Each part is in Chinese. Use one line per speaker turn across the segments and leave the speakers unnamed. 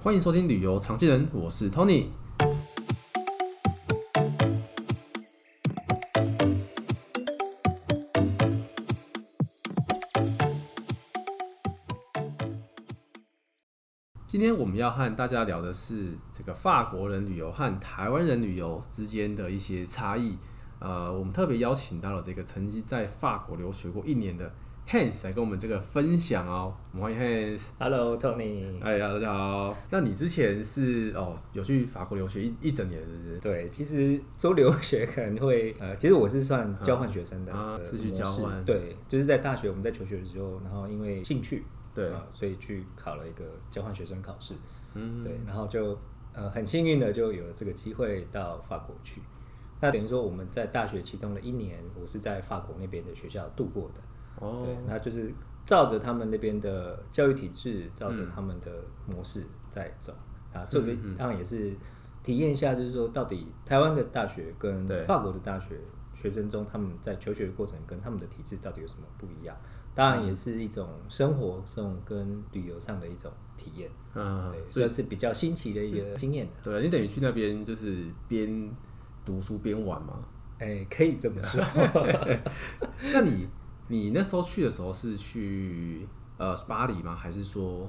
欢迎收听旅游常见人，我是 Tony。今天我们要和大家聊的是这个法国人旅游和台湾人旅游之间的一些差异。呃，我们特别邀请到了这个曾经在法国留学过一年的 Hans 来跟我们这个分享哦。我们欢迎 Hans。
Hello Tony，
哎呀，大家好。那你之前是哦，有去法国留学一一整年，是不是？
对，其实说留学可能会呃，其实我是算交换学生的、
啊
呃
是去
模
交
式
换
对，就是在大学我们在求学的时候，然后因为兴趣，
对
呃所以去考了一个交换学生考试，
嗯，
对，然后就呃很幸运的就有了这个机会到法国去。那等于说我们在大学其中的一年，我是在法国那边的学校度过的，
哦
对，，那就是照着他们那边的教育体制，照着他们的模式在走啊，这个当然也是体验一下，就是说到底台湾的大学跟
对
法国的大学学生中，他们在求学的过程跟他们的体制到底有什么不一样？当然也是一种生活上跟旅游上的一种体验，
嗯，
对，
所以
算是比较新奇的一个经验。
对你等于去那边就是边读书边玩嘛。
哎，可以这么 说。
那你你那时候去的时候是去呃巴黎吗？还是说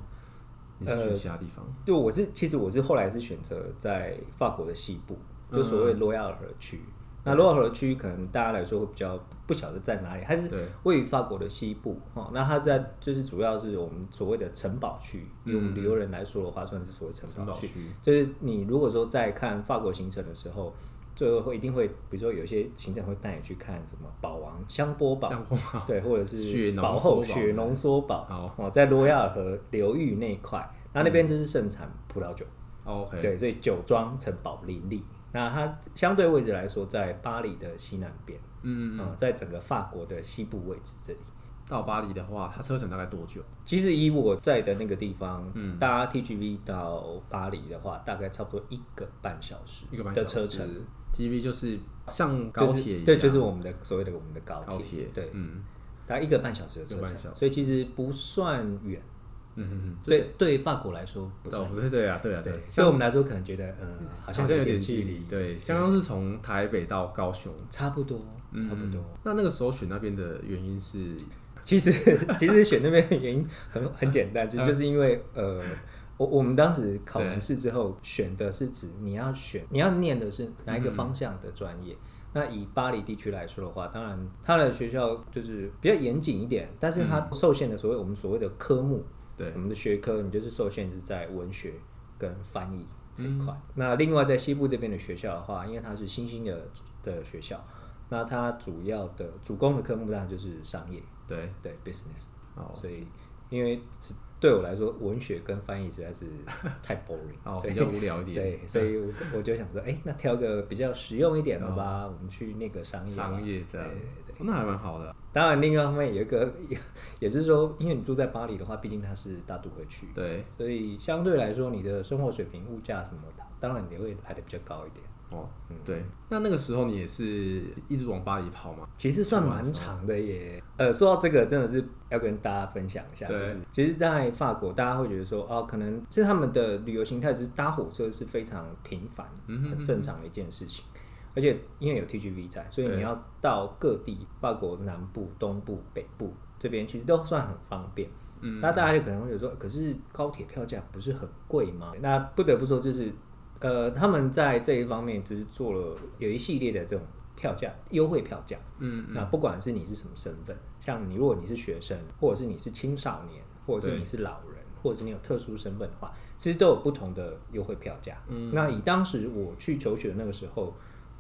你是去
呃
其他地方？
对，我是其实我是后来是选择在法国的西部，就所谓罗亚尔河区。那罗亚尔河区可能大家来说会比较不晓得在哪里，它是
对
位于法国的西部哈、哦。那它在就是主要是我们所谓的城堡区，用旅游人来说的话，算是所谓城
城
堡
堡
区。
区，
就是你如果说在看法国行程的时候，最后会一定会，比如说有一些行程会带你去看什么堡王、香波堡，
像哇
对，或者
啊血
是
浓
保
缩
后
堡
血浓缩堡
好嗯
哦，在罗亚尔河流域那一块，那那边就是盛产葡萄酒，
哦，OK，
对，所以酒庄城堡林立。那它相对位置来说，在巴黎的西南边，
嗯，
啊、在整个法国的西部位置这里。
到巴黎的话，它车程大概多久？
其实以我在的那个地方，嗯，搭 TGV 到巴黎的话，大概差不多一个半小时
一个半
的
小
车
时。
程，
TV 就是像
就
高
是
铁一样，
对，就是我们的所谓的我们的高
高铁，
对，
嗯
大概一个半小时的
一
车
个半
程
小，时
所以其实不算远。
嗯嗯嗯，就
对，对法国来说不算
哦，不是对啊，对啊，对
对，
啊，
对我们来说可能觉得，嗯，好像
有
点
距
离，
对，相当是从台北到高雄，
差不多，差不多。
那那个时候选那边的原因是，
其实其实选那边的原因很很简单，就就是因为呃，我我们当时考完试之后选的是指你要选你要念的是哪一个方向的专业。那以巴黎地区来说的话，当然它的学校就是比较严谨一点，但是它受限的所谓我们所谓的科目，
对
我们的学科，你就是受限制在文学跟翻译这一块。
嗯
那另外在西部这边的学校的话，因为它是新兴的的学校，那它主要的主攻的科目当然就是商业，
对，
对 business。
哦
所以因为对我来说，文学跟翻译实在是太 boring，、
哦，
所
比
以
较无聊一点，
对，所以我我就想说，哎、那挑个比较实用一点的吧，我们去那个商业吧。
哦商业这样
对对，
哦那还蛮好的，
当然，另一方面有一个，也是说，因为你住在巴黎的话，毕竟它是大都会区，
对，
所以相对来说，你的生活水平、物价什么的，当然你会来的比较高一点。
哦，
嗯
对，那那个时候你也是一直往巴黎跑嘛，
其实算蛮长的耶。呃，说到这个，真的是要跟大家分享一下，
对
就是其实，在法国，大家会觉得说，哦，可能是他们的旅游形态，就是搭火车是非常频繁、
嗯哼
很正常的一件事情。而且因为有 TGV 在，所以
对
你要到各地，法国南部、东部、北部这边，其实都算很方便。
嗯，
那大家有可能会觉得说，可是高铁票价不是很贵吗？那不得不说，就是呃，他们在这一方面就是做了有一系列的这种票价优惠票价。
嗯，
那不管是你是什么身份，像你如果你是学生，或者是你是青少年，或者是
对
你是老人，或者是你有特殊身份的话，其实都有不同的优惠票价。嗯，那以当时我去求学的那个时候，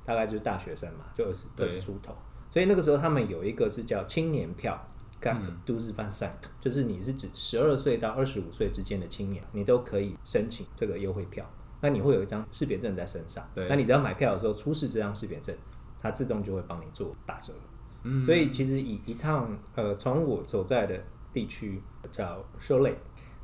大概就是大学生嘛，就二十
对
二十出头，所以那个时候他们有一个是叫青年票。g
嗯
a t d o z van s a n 就是你是指十二岁到二十五岁之间的青年，你都可以申请这个优惠票。那你会有一张识别证在身上，
对
那你只要买票的时候出示这张识别证，它自动就会帮你做打折。
嗯
所以其实以一趟呃，从我所在的地区叫 s h o l e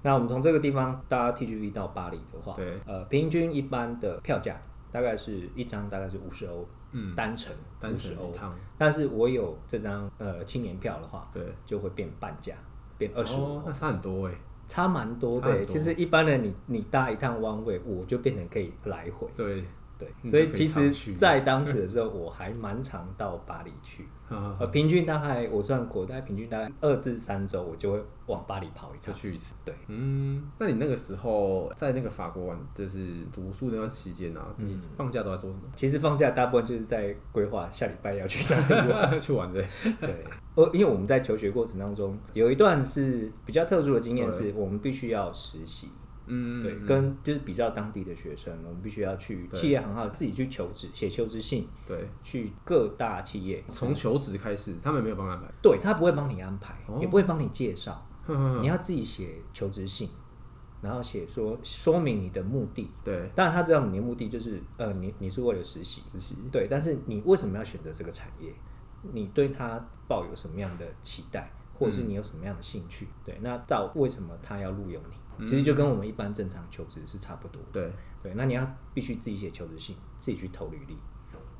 那我们从这个地方搭 TGV 到巴黎的话，
对，
呃，平均一般的票价大概是一张大概是五十欧，
嗯，
单程
单
五十
程
欧
一，趟，
但是我有这张呃青年票的话，
对，
就会变半价，变二十五
哦，那差很多哎，
差蛮多的
哦差
耶。
很多
其实一般的你你搭一趟弯位，我就变成可以来回。
对，
对，
你
所
就
以
可以
其
常
实，
去
在当时的时候，我还蛮常到巴黎去。
啊，
呃，平均大概我算过，大概平均大概二至三周，我就会往巴黎跑一
就
趟。
去一次。
对，
嗯，那你那个时候在那个法国玩，就是读书那段期间啊，
嗯
你放假都在做什么？
其实放假大部分就是在规划下礼拜要去哪里 玩。
去玩的，
对，呃，因为我们在求学过程当中，有一段是比较特殊的经验，
对
是我们必须要实习。
嗯，
对，跟就是比较当地的学生，我们必须要去
对
企业行号自己去求职，写求职信，
对，
去各大企业。
从求职开始，他们没有帮我安排，
对他不会帮你安排，
哦嗯
也不会帮你介绍，
呵呵
你要自己写求职信，然后写说说明你的目的。
对，
当然，他知道你的目的就是，呃，你你是为了实习，
实习，
对，但是你为什么要选择这个产业？你对它抱有什么样的期待，或者是你有什么样的兴趣？对，那到为什么他要录用你？其实就跟我们一般正常求职是差不多。
对，
对，那你要必须自己写求职信，自己去投履历，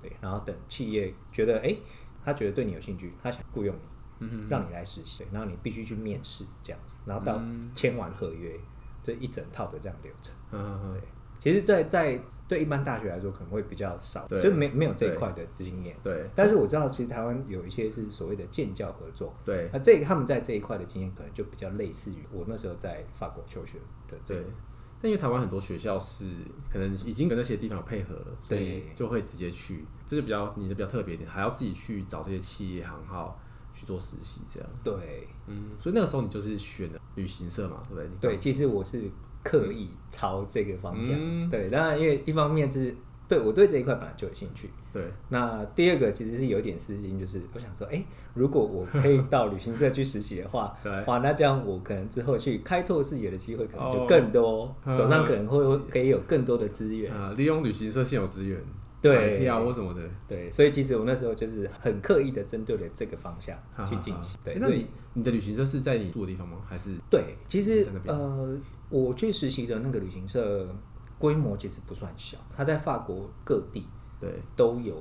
对，然后等企业觉得，哎，他觉得对你有兴趣，他想雇佣你，嗯、让你来实习，对然后你必须去面试这样子，然后到签完合约，这一整套的这样流程。
嗯嗯嗯，
其实在，在对一般大学来说，可能会比较少，
对
就没没有这一块的经验。
对，
但是我知道，其实台湾有一些是所谓的建教合作，
对，
那这他们在这一块的经验可能就比较类似于我那时候在法国求学的这
对
个。。
但因为台湾很多学校是可能已经跟那些地方有配合了，所以
对
就会直接去，这就比较你的比较特别一点，还要自己去找这些企业行号去做实习这样。
对
嗯，所以那个时候你就是选了旅行社嘛，对不对？你
对，其实我是刻意朝这个方向。
嗯
对，当然因为一方面是对我对这一块本来就有兴趣，
对，，
那第二个其实是有点私心，就是我想说，哎、如果我可以到旅行社去实习的话
对
哇，那这样我可能之后去开拓视野的机会可能
哦
就更多，
嗯
手上可能会可以有更多的资源。
呃，利用旅行社现有资源，
对
买票或什么的。
对，所以其实我那时候就是很刻意的针对了这个方向
哈哈
去
哈
进行。对
诶，那
所以
你你的旅行社是在你住的地方吗？还是
对，其
是
实
在那边
呃，我去实习的那个旅行社规模其实不算小，它在法国各地
对，
都有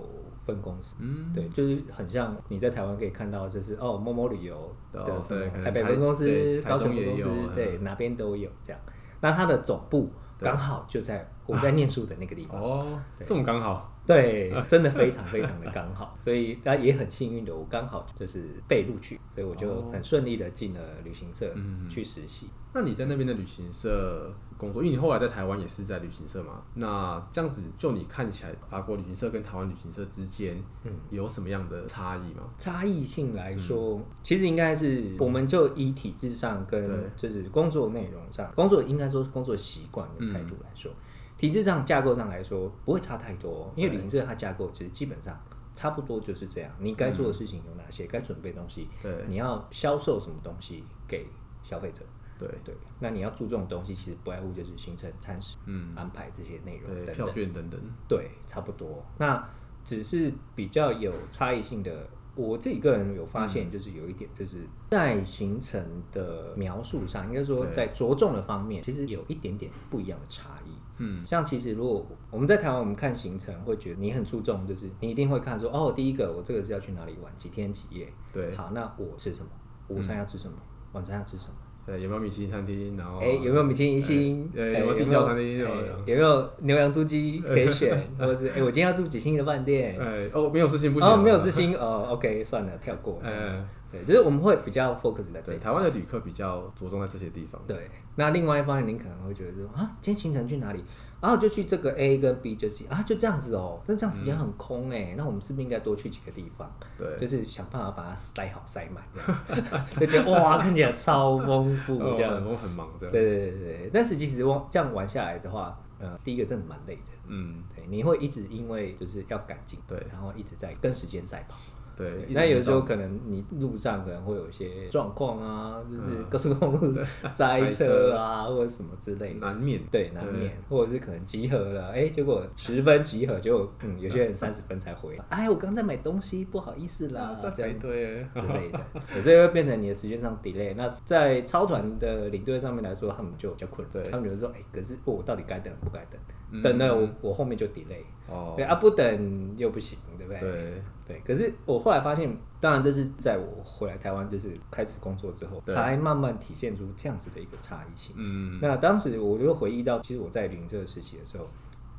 分公司。
嗯，
对，就是很像你在台湾可以看到，就是哦，某某旅游
哦
的什
对
么
可能
台北
台
分公
对
司、
台
高雄
中
分
也
公司
有，嗯
对，哪边都有这样。那它的总部
对
刚好就在我在念书的那个地方，
哦，这么刚好，
对，
哦
真的非常非常的刚好， 所以那也很幸运的，我刚好就是被录取，所以我就
哦
很顺利的进了旅行社
嗯
去实习。
那你在那边的旅行社工作，因为你后来在台湾也是在旅行社嘛，那这样子就你看起来，法国旅行社跟台湾旅行社之间，
嗯
有什么样的差异吗？
差异性来说，
嗯
其实应该是我们就以体制上
对
跟就是工作内容上，工作应该说是工作习惯的态度来说，
嗯
体制上架构上来说不会差太多，因为
对
旅行社它架构其实基本上差不多就是这样。你该做的事情有哪些？该准备的东西，
对
你要销售什么东西给消费者？
对
对，那你要注重的东西其实不外乎就是行程、餐食、
嗯
安排这些内容等
对，
等。
票券等等，
对，差不多。那只是比较有差异性的，我自己个人有发
嗯
现，就是有一点，就是在行程的描述上，应该说
对
在着重的方面，其实有一点点不一样的差异。
嗯，
像其实如果我们在台湾，我们看行程会觉得你很注重，就是你一定会看说，哦，第一个我这个是要去哪里玩，几天几夜，
对嗯
好，那我吃什么，午餐要吃什么，晚餐要吃什么。
对，有没有米其林餐厅？然后
哎、有没有米其林星？
哦哎
哎，
有没有订教餐厅
哎
有没有
有没有牛羊猪鸡可以选？ 或者是哎、我今天要住几星的饭店？
哎哦，没有事情不行，
哦，没有四星，哦，OK，算了，跳过。
哎，
对，就是我们会比较 focus 在这
对，
里。
台湾的旅客比较着重在这些地方，
对，那另外一方面，您可能会觉得说啊，今天行程去哪里？然后就去这个 A 跟 B 就是啊，就这样子哦。那这样时间很空哎、那我们是不是应该多去几个地方？
嗯对，
就是想办法把它塞好塞满，这样 就觉得哇，看起来超 丰富
哦
这样。
我很忙这样，
对对对对对，但是其实我这样玩下来的话，呃，第一个真的蛮累的，
嗯，
对，你会一直因为就是要赶进，
对
然后一直在跟时间赛跑。
对，一直
那有时候
到
可能你路上可能会有一些状况啊，就是
嗯
高速公路 塞车啊，或者什么之类的。
难免，
对，难免，或者是可能集合了，哎，结果十分集合，结果嗯，有些人三十分才回来，哎，我刚在买东西，不好意思啦，
啊在
这
排
样
队，
之类的，对所以会变成你的时间上 delay。那在超团的领队上面来说，他们就比较困
对
扰，他们觉得说，哎、可是我到底该等不该等？
嗯
等了我我后面就 delay，、
哦
对，啊，不等又不行，对不对？
对
对，可是我后来发现，当然这是在我回来台湾就是开始工作之后，
对
才慢慢体现出这样子的一个差异性。
嗯，
那当时我就回忆到，其实我在零这个时期的时候，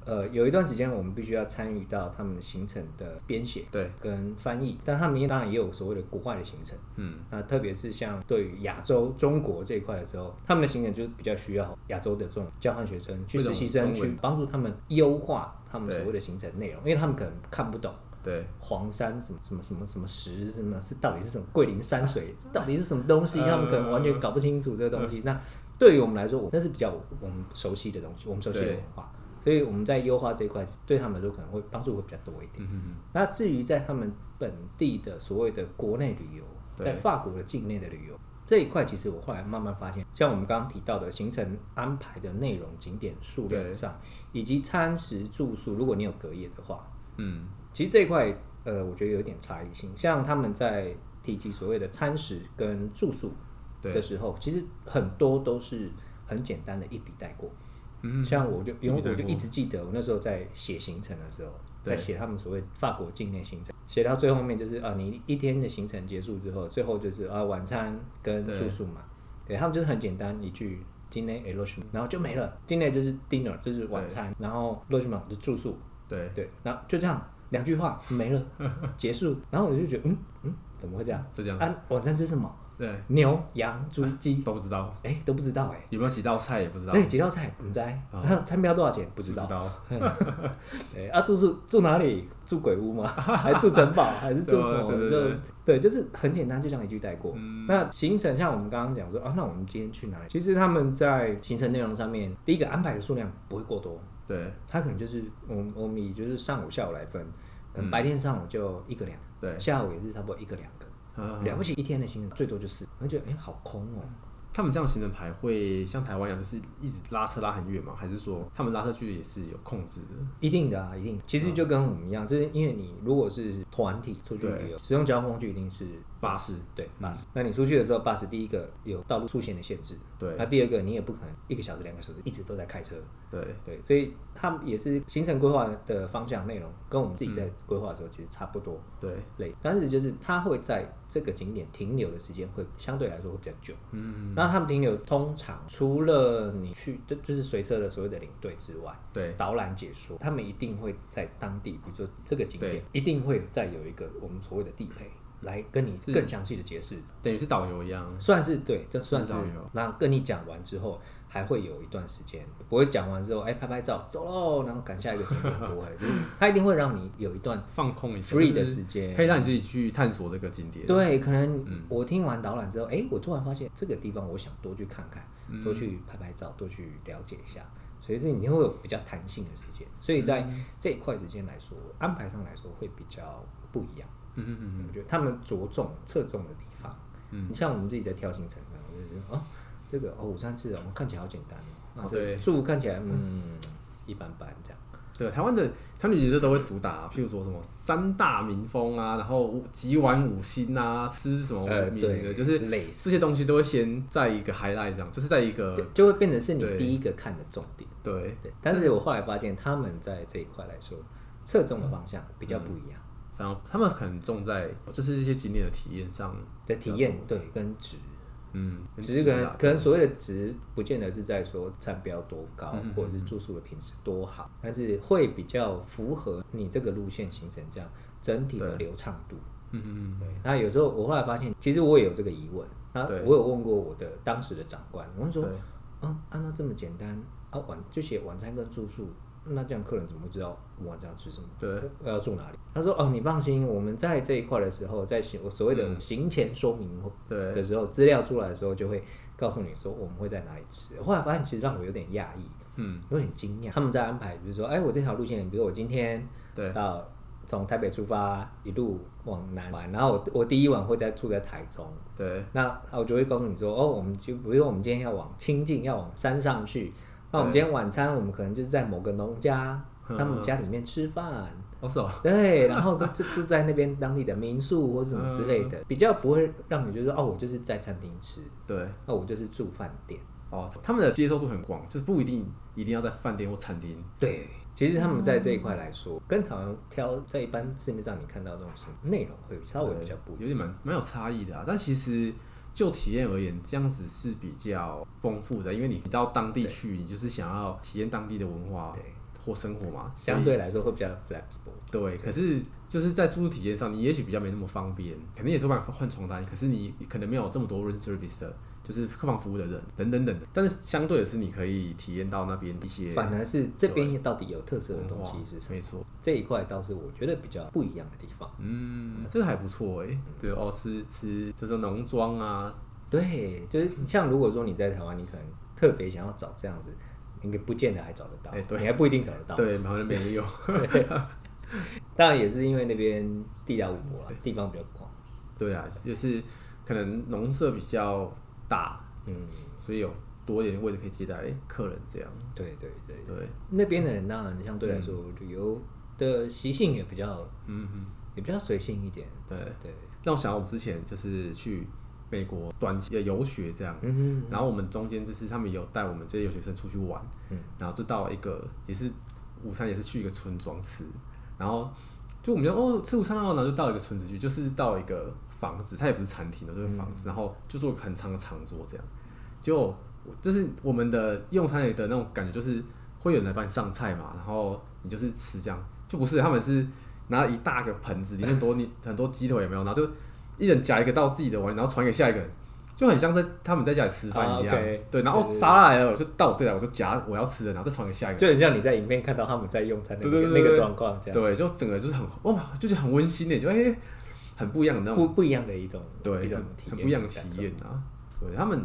呃，有一段时间我们必须要参与到他们行程的编写
对，
跟翻译，但他们也当然也有所谓的国外的行程。
嗯，
那特别是像对于亚洲中国这一块的时候，他们的行程就比较需要亚洲的这种交换学生、去
会懂
实习生
中文
去帮助他们优化他们
对
所谓的行程内容，因为他们可能看不懂。
对，
黄山什么什么什么什么石什么是到底是什么桂林山水到底是什么东西，
呃
他们可能完全搞不清楚这个东西。那对于我们来说，我那是比较我们熟悉的东西，我们熟悉的
对
文化，所以我们在优化这一块对他们来说可能会帮助会比较多一点。
嗯嗯
那至于在他们本地的所谓的国内旅游，
对
在法国的境内的旅游这一块，其实我后来慢慢发现，像我们刚刚提到的行程安排的内容、景点数量
对
上，以及餐食住宿，如果你有隔夜的话，
嗯，
其实这一块，呃，我觉得有点差异性。像他们在提及所谓的餐食跟住宿的
对，
时候，其实很多都是很简单的一笔带过。
嗯，
像我就因为
一笔带过
我就一直记得，我那时候在写行程的时候，
对
在写他们所谓法国境内行程，写到最后面就是啊，你一天的行程结束之后，最后就是啊晚餐跟
对
住宿嘛，对他们就是很简单，你去。境内 a l o g e m e n t 然后就没了。境内就是 dinner，就是晚餐，然后 logement 就是住宿，
对，
对，然后就这样两句话 没了，结束。然后我就觉得，嗯嗯，怎么会这样？
就这样，
啊，晚餐吃什么？
对，
牛、羊、猪、鸡，
都不知道
哎、都不知道哎、
有没有几道菜也不知道，
对，几道菜，你猜？
哦
那 餐标多少钱？不
不
知
知
道。
道，
对，啊，住宿住哪里？住鬼 屋吗？还住城堡？还是住什么？
对对
就
对嗯
对，就是很简单，就这样一句带过。那行程像我们刚刚讲说，啊，那我们今天去哪里？其实他们在行程内容上面，第一个安排的数量不会过多，
对，
他可能就是我们我们以就是上午下午来分，可能白天上午就一个两个，
嗯对，
下午也是差不多一个两个，
嗯，
了不起一天的行程最多就是，我就觉得哎、好空哦、
他们这样行程排会像台湾一样，就是一直拉车拉很远嘛？还是说他们拉车距离也是有控制的？
一定的啊，一定。
嗯
其实就跟我们一样，就是因为你如果是团体出去旅游，使用交通工具一定是
巴嗯
士，对巴士。那你出去的时候，巴士第一个有道路速限的限制，那
对
第二个你也不可能一个小时、两个小时一直都在开车，
对，
对，所以他们也是行程规划的方向内容，跟我们自己在规划的时候其实差不多。
对，
累，但是就是他会在这个景点停留的时间会相对来说会比较久。
嗯，
那他们停留通常除了你去，就就是随车的所谓的领队之外，
对，
导览解说，他们一定会在当地，比如说这个景点，一定会再有一个我们所谓的地陪来跟你
是
更详细的解释，
等于是导游一样。
算是对，这算是
很少有。
那跟你讲完之后，还会有一段时间，不会讲完之后，哎、拍拍照走喽，然后赶下一个景 点，不会，就是他一定会让你有一段
放空一下
free 的
就是
时间，
可以让你自己去探索这个景点。
对，可能
嗯
我听完导览之后，哎、我突然发现这个地方我想多去看看，
嗯
多去拍拍照，多去了解一下，所以这你会有比较弹性的时间，所以在
嗯
这一块时间来说，安排上来说会比较不一样。
嗯嗯嗯，
我觉得他们着重侧重的地方，你像我们自己在挑行程，我就觉得哦，这个哦午餐吃的，哦看起来好简单哦，啊
哦
这个
对
住看起来嗯一般般这样。
对，台湾的台湾旅行社都会主打，譬如说什么三大民风啊，然后五几晚五星啊，吃什么
呃
五米的，
对
就是
类
这些东西都会先在一个 highlight 这样，就是在一
就
个
就会变成是你
呃对
第一个看的重点。
对
对，但是我后来发现他们在这一块来说，侧重的方向比较不一样，
反正他们很重在就是这些景点的体验上，
的体验对跟值，
嗯，跟
值可
啊
能可能所谓的值，不见得是在说餐标多高，
嗯
或者是住宿的品质多好，但是会比较符合你这个路线形成这样整体的
对
流畅度。
嗯嗯
对，那有时候我后来发现，其实我也有这个疑问，那
对
我有问过我的当时的长官，我就
嗯，
说
对，
啊，按照这么简单啊，晚就写晚餐跟住宿，那这样客人怎么会知道我晚上要吃什么？
对，
我要住哪里？他说哦，你放心，我们在这一块的时候，在行我所谓的行前说明
对
的时候，资料出来的时候就会告诉你说我们会在哪里吃。后来发现其实让我有点讶异，
嗯，
有点惊讶。他们在安排，比如说，哎，我这条路线，比如我今天
对，
到从台北出发，一路往南玩，然后我我第一晚会在住在台中，
对，
那我就会告诉你说，哦，我们就比如我们今天要往清境，要往山上去。那我们
对
今天晚餐，我们可能就是在某个农家，他们家里面吃饭，
哦是哦，
对，然后就就住在那边当地的民宿或什么
嗯
之类的，比较不会让你就是哦，我就是在餐厅吃，
对，
那我就是住饭店。
哦，他们的接受度很广，就是不一定一定要在饭店或餐厅。
对，其实他们在这一块来说，跟台湾挑在一般市面上你看到的东西内容会稍微比较不一样。
有点蛮蛮有差异的啊。但其实就体验而言，这样子是比较丰富的，因为你到当地去，你就是想要体验当地的文化
对，
或生活嘛。所以
相对来说会比较 flexible。
对，可是就是在住宿体验上，你也许比较没那么方便，肯定也是办法换床单，可是你可能没有这么多 room service 的，就是客房服务的人等等等的。但是相对的是，你可以体验到那边一些
反而是这边到底有特色的
文
东
化
西是什么？
没错，
这一块倒是我觉得比较不一样的地方。
嗯，这个还不错哎、对哦，是吃就是浓妆啊，
对，就是像如果说你在台湾，你可能特别想要找这样子，你不见得还找得到，
哎对
你还不一定找得到。
对，好像没有，
当然也是因为那边地大物博啦，地方比较广，
对啊，就是可能农舍比较大，
嗯，
所以有多一点位置可以接待客人这样，
对对对，
对，
那边的人当然相对来说旅游的习性也比较
嗯嗯，
也比较随性一点，
对。
对，
让我想到我们之前就是去美国短期的游学这样，
嗯
然后我们中间就是他们有带我们这些留学生出去玩，
嗯
然后就到一个也是午餐也是去一个村庄吃，然后就我们就哦吃午餐了，然后就到一个村子去，就是到一个房子，它也不是餐厅的，就是房
嗯
子，然后就坐一个很长的长桌这样，就我就是我们的用餐的那种感觉，就是会有人来帮你上菜嘛，然后你就是吃这样，就不是他们是拿一大个盆子，里面多你很多鸡腿有没有，然后就一人夹一个到自己的碗里，然后传给下一个人，就很像在他们在家里吃饭一样。
啊，OK
对，然后
对对对
沙拉来了，我就哎到我这来，我就夹我要吃的，然后再传给下一个人。
就很像你在影片看到他们在用餐的那
对
个
对对对
那个状况这样，
对，就整个就是很哇，就是很温馨的，就哎、很不一样的那种
不不一样的一种
对，
一种
很
体验，
很不一样的体。验啊。对他们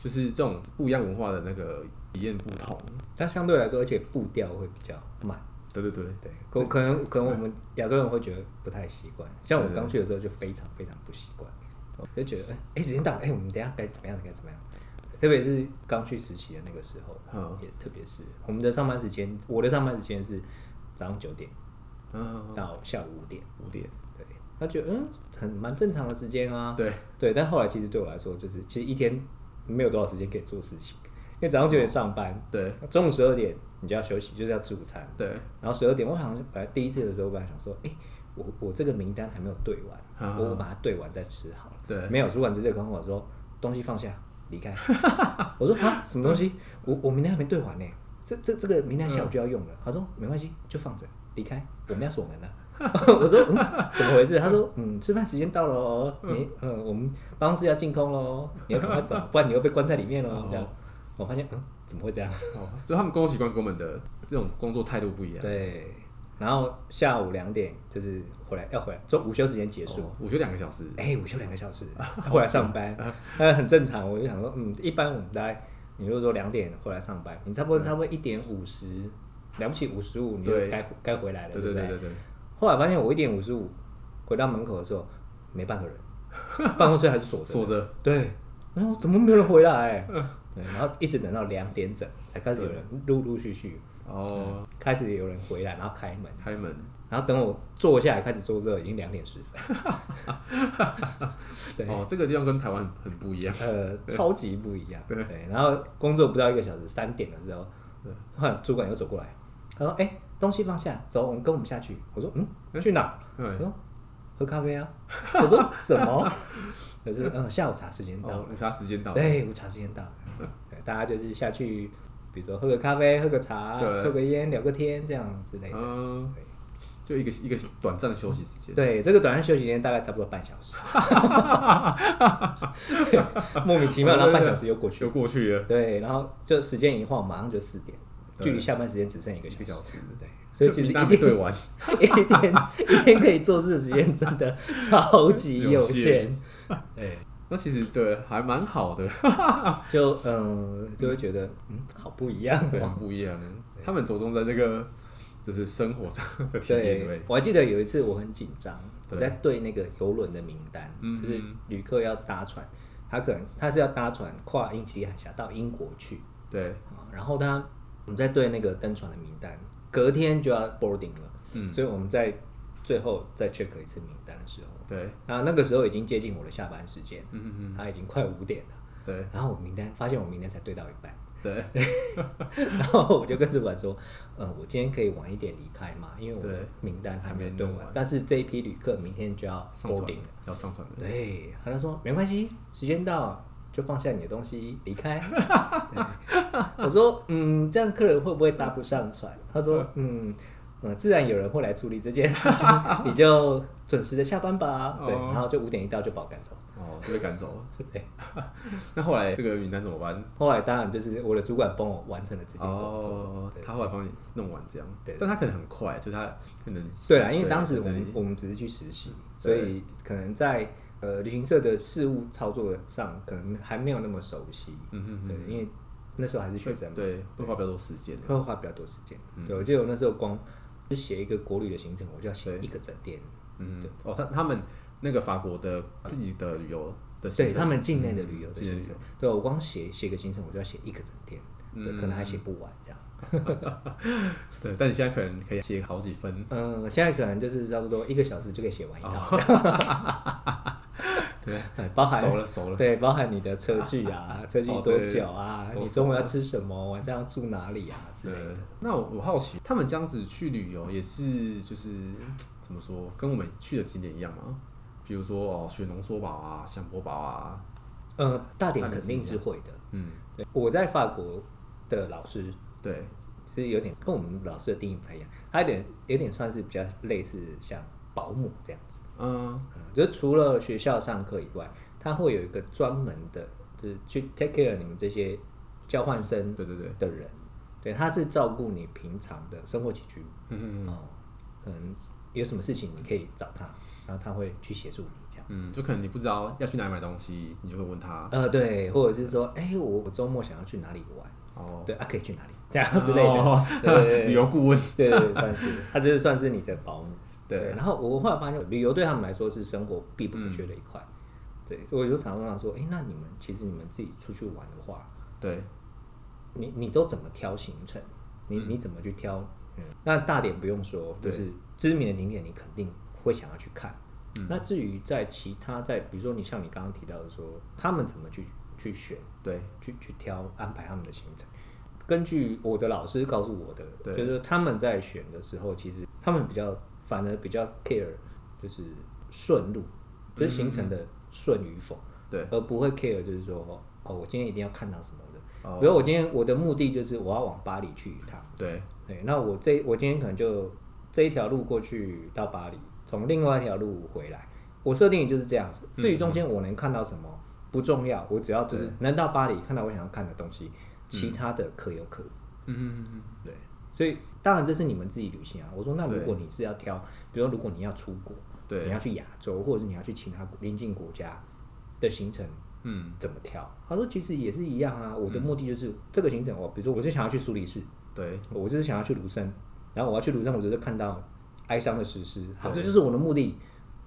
就是这种不一样文化的那个体验不同。
它相对来说，而且步调会比较慢，
对对对，
对，可可能可能我们亚洲人会觉得不太习惯，像我
对对哦
刚去的时候就非常非常不习惯，就觉得哎、哎时间到了，哎、我们等一下该怎么样该怎么样，特别是刚去实习的那个时候，
嗯
也特别是我们的上班时间，我的上班时间是早上九点
嗯，
到下午五点，
五点，
对，那觉得嗯很蛮正常的时间啊，
对，
对，但后来其实对我来说，就是其实一天没有多少时间可以做事情，因为早上九
嗯
点上班，
对
中午十二点你就要休息，就是要吃午餐。
对，
然后十二点，我好像本来第一次的时候，本来想说，哎、我我这个名单还没有对完，
啊
我我把它对完再吃好了。
对
没有，主管直接跟我说，东西放下，离开。我说啊，什么东西？我我名单还没对完呢，这这这个名单下午就要用了。他说没关系，就放着，离开，我们要锁门了。 我说、嗯、怎么回事？他说嗯，吃饭时间到了哦，你嗯，我们办公室要进空喽，你要赶快走，不然你会被关在里面哦。这样，我发现嗯，怎么会这样？
哦，就他们工作习惯跟我们的这种工作态度不一样。
对，然后下午两点就是回来要回来，中午休时间结束。
哦，我觉得两个小时，
哎、午休两个 小时，要回来上班，那很正常。我就想说，嗯，一般我们大概，你如果说两点回来上班，你差不多差不多一点五十，了不起五十五，你就
嗯对
该该回来了，
对
不
对对对对，
后来发现我一点五十五回到门口的时候，没半个人， 办公室还是锁着的，
说着，
对，然后怎么没有人回来？啊 对，然后一直等到两点整才开始有人陆陆续续
哦，
开始有人回来，然后开门。
开门，
然后等我坐下来开始做之后，已经两点十分。 对，
哦，这个地方跟台湾很很不一样。
呃，超级不一样。
对
对，然后工作不到一个小时，三点的时候
对，
后来主管又走过来，他说：“哎、东西放下，走，我们跟我们下去。”我说：“嗯，去哪？”我
对，
说：“喝咖啡啊。”我说：“什么？”可是嗯，下午茶时间到了
哦，。嗯午茶时间到了，
对，午茶时间到了，对，大家就是下去，比如说喝个咖啡、喝个茶、
对
抽个烟、聊个天这样之类的。
嗯，就一个一个短暂的休息时间。
对，这个短暂休息时间大概差不多半小 时，莫名其妙，然后半小时又过去
就
了。
过去了
对，然后就时间一晃，马上就四点，
对
距离下班时间只剩一个
一
小
个
时。
小时，
对，所以其
就
实一
你那没
天
对完，
一天一天可以做事的时间真的超级有
有
限
限。
对，
那其实对还蛮好的，
就嗯、就会觉得嗯，好不一样
对，
哦。
很不一样。他们着重在这个就是生活上的体验，对
对，我还记得有一次我很紧张，我
对
在对那个游轮的名单，
嗯
就是旅客要搭船，他可能他是要搭船跨英吉利海峡到英国去，
对，
啊然后他我们在对那个登船的名单，隔天就要 boarding 了，
嗯
所以我们在最后再 check 一次名单的时候，
对，
那那个时候已经接近我的下班时间，
嗯嗯嗯，
他已经快五点了，
对
然后我名单发现我名单才对到一半，
对
然后我就跟主管说，呃，我今天可以晚一点离开嘛，因为我
对
的名单还没有
还没
对
弄
完
完，
但是这一批旅客明天就要
上传
boarding 了。
要上传的，
对，他就说没关系，时间到就放下你的东西 离开。对我说嗯，这样客人会不会搭不上船？他说嗯。呃，自然有人会来处理这件事 情，你就准时的下班吧。对，
哦
然后就五点一到就把我赶走。
哦，就被赶走了。
对，
那后来这个名单怎么办？
后来当然就是我的主管帮我完成了这件工作。
哦
对，
他后来帮你弄完这样，
对
但他可能很快，就他可能
对啦，因为当
对
时
啊
我们
对
我们只是去实习，所
对
以可能在呃旅行社的事务操作上，可能还没有那么熟悉。
嗯哼哼
对，因为那时候还是学生嘛，
对，嗯会花比较多时间。
会花比较多时间。对，我记得我那时候光就写一个国旅的行程，我就要写一个整天。
嗯，哦，他他们那个法国的自己的旅游的行
对
程，
他们境内的旅游的
境内
行程，对我光写写个行程，我就要写一个整天，对，可能
嗯
还写不完这样。
对，但你现在可能可以写好几分。
嗯，现在可能就是差不多一个小时就可以写完一套，
对，
哎 包含
哦熟了熟了。
对，包含你的车距啊，车 距
哦
多
对
久啊？
多
你中午要吃什么？晚上要住哪里啊？之
对
类的。，
那我我好奇，他们这样子去旅游也是就是怎么说，跟我们去的景点一样吗？比如说哦，雪浓缩堡啊，香波堡啊，
呃，大典
大典
肯
是
定
一
是会的。
嗯，
对，我在法国的老师
对，
是有点跟我们老师的定义不太一样，他有点有点算是比较类似像保姆这样子，
嗯，
嗯、就是除了学校上课以外，他会有一个专门的，就是去 take care 你们这些交换生
对对对，
的人，对，他是照顾你平常的生活起居，
嗯嗯
哦，可能有什么事情你可以找他，然后他会去协助你这样。
嗯，就可能你不知道要去哪里买东西，你就会问他，
呃，对，或者是说，哎、我我周末想要去哪里玩，
哦，
对啊，可以去哪里，这样之类的，
哦
对对
旅游顾问，
对对对，算是，他就是算是你的保姆。
对
然后我后来发现，旅游对他们来说是生活必不可缺的
嗯
一块。对，所以我就常常问他说，哎、那你们其实你们自己出去玩的话，
对，
你你都怎么挑行程？你你怎么去挑？嗯，那大点不用说，就
对
是知名的景点，你肯定会想要去看。
嗯
那至于在其他在，比如说你像你刚刚提到的说，他们怎么去去选、
对，
去去挑安排他们的行程？根据我的老师告诉我的，
对
就是说他们在选的时候，其实他们比较反而比较 care 就是顺路，就是行
嗯
程的顺与否，
对，
而不会 care 就是说哦，我今天一定要看到什么的。
哦，
比如我今天我的目的就是我要往巴黎去一趟，
对，
对，那我这我今天可能就这一条路过去到巴黎，从另外一条路回来，我设定就是这样子。
嗯
至于中间我能看到什么不重要，我只要就是能到巴黎看到我想要看的东西，其他的可有可无。
嗯嗯嗯
对，所以当然这是你们自己旅行啊。我说那如
对
果你是要挑，比如说如果你要出国，
嗯，对
你，要去亚洲，或者是你要去其他国邻近国家的行程，
嗯，
怎么挑？他说其实也是一样啊，我的目的就是、这个行程，我比如说我就想要去苏黎世，
对，
我就是想要去庐山，然后我要去庐山，我就是看到哀伤的史诗，好，
对
这就是我的目的。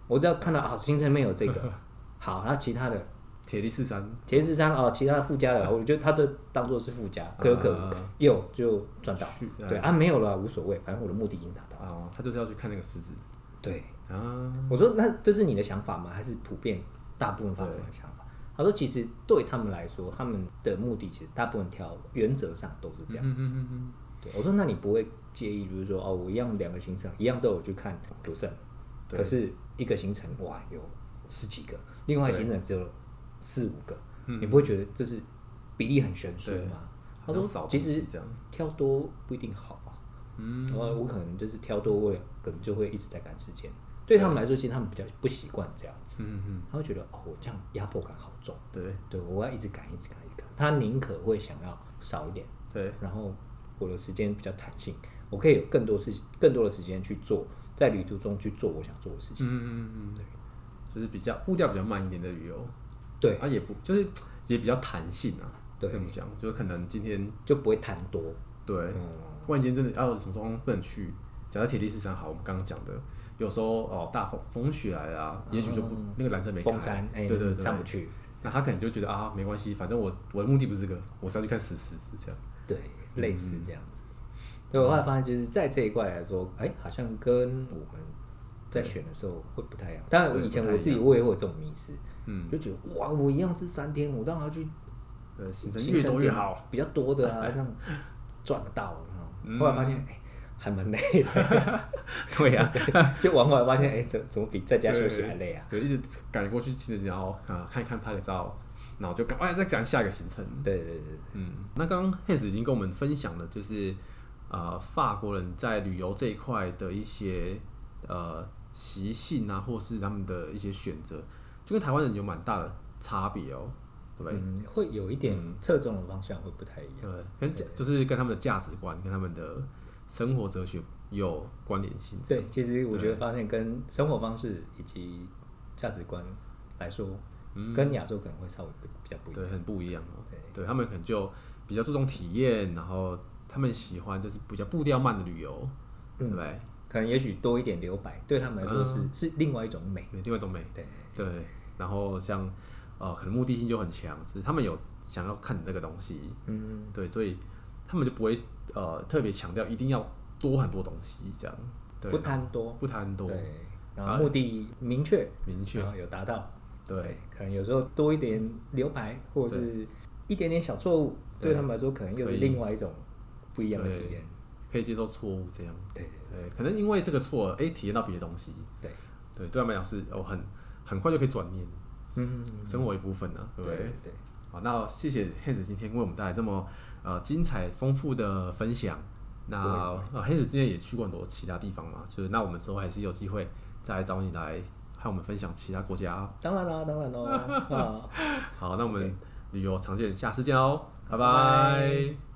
我只要看到好啊行程里面有这个，好，那其他的
铁力士山，
铁石山哦，其他的附加的，我觉得他都当做是附加，可有可无，
啊哎
有就赚到
去，
对啊，没有了无所谓，反正我的目的已经达到。
哦，他就是要去看那个狮子
对，
啊，
我说那这是你的想法吗？还是普遍大部分法国人的想法？他说其实对他们来说，他们的目的其实大部分挑原则上都是这样。
嗯嗯嗯嗯，
对，我说那你不会介意，比如说哦，我一样两个行程一样都有去看卢森，
对
可是一个行程哇有十几个，另外
对嗯
行程只有四五个，你不会觉得这是比例很悬殊
对
吗？他
好像
说
少
其
东西
实
这样，
挑多不一定好啊，
嗯，
然后我可能就是挑多，我也可能就会一直在赶时间。对他们来说，其实他们比较不习惯这样子，
嗯嗯，
他会觉得哦，我这样压迫感好重，
对
对我要一直赶，一直赶，一直赶。他宁可会想要少一点，
对，
然后我的时间比较弹性，我可以有更多事情、更多的时间去做，在旅途中去做我想做的事情。
嗯嗯嗯嗯，就是比较步调比较慢一点的旅游，
对，
啊也不就是也比较弹性啊，
对
怎么讲，就是可能今天
就不会谈多。
对，
嗯，
忽然间真的啊有什么状况不能去，假设铁力士山好，我们刚刚讲的。有时候哦，大风风雪来啊，也许就不、那个缆车没开，
峰山，哎、
对对对，
上不去。
那他可能就觉得啊，没关系，反正我我的目的不是这个，我是要去看死狮子这样。
对，
嗯
类似这样子。对，我后来发现就是在这一块来说，哎、好像跟我们在选的时候会不太一样。当然，
对
以前
不太
我自己
一
我也会有这种迷失，
嗯，
就觉得哇，我一样是三天，我当然要去
呃，行程越多越好。嗯
比较多的啊，让赚到。你知道吗后来发现，哎、还蛮累的。
对呀、
就玩完发现，哎、怎怎么比在家休息还累啊？
对，一直赶过去，其实然后呃看一看拍个照，然后就赶快再讲下一个行程。
对对对对，
嗯，那刚刚 Hans 已经跟我们分享了，就是呃法国人在旅游这一块的一些呃习性啊，或是他们的一些选择，就跟台湾人有蛮大的差别哦，对不对？
嗯，会有一点侧重的方向会不太一样。
对，跟价就是跟他们的价值观、跟他们的生活哲学有关联性。
对，其实我觉得发现跟生活方式以及价值观来说，跟亚洲可能会稍微比比较不一样。
对，很不一样哦。
对
对他们可能就比较注重体验，然后他们喜欢就是比较步调慢的旅游，对不对？
可能也许多一点留白，对他们来说是、是另外一种美。
对，另外一种美，
对，
对。然后像呃，可能目的性就很强，只是他们有想要看你这个东西，
嗯，
对，所以他们就不会呃特别强调一定要多很多东西这样，对，
不贪多，
不贪多，
对，然后目的明确，
明确，
然后有达到，
对，
可能有时候多一点留白，或者是一点点小错误，
对
对他们来说可能又是另外一种不一样的体验。
可以接受错误这样，
对
对，可能因为这个错，哎，体验到别的东西，
对，
对，对他们来讲是哦很很快就可以转念，
嗯，
生活一部分啊，对
对
不对？
对，
好，那谢谢 Hans 今天为我们带来这么呃精彩丰富的分享。那呃 Hans 之前也去过很多其他地方嘛，就是那我们之后还是有机会再来找你来和我们分享其他国家。哦
当然啦，当然喽，啊。
好，那我们
OK
旅游常见，下次见哦，拜
拜
拜
拜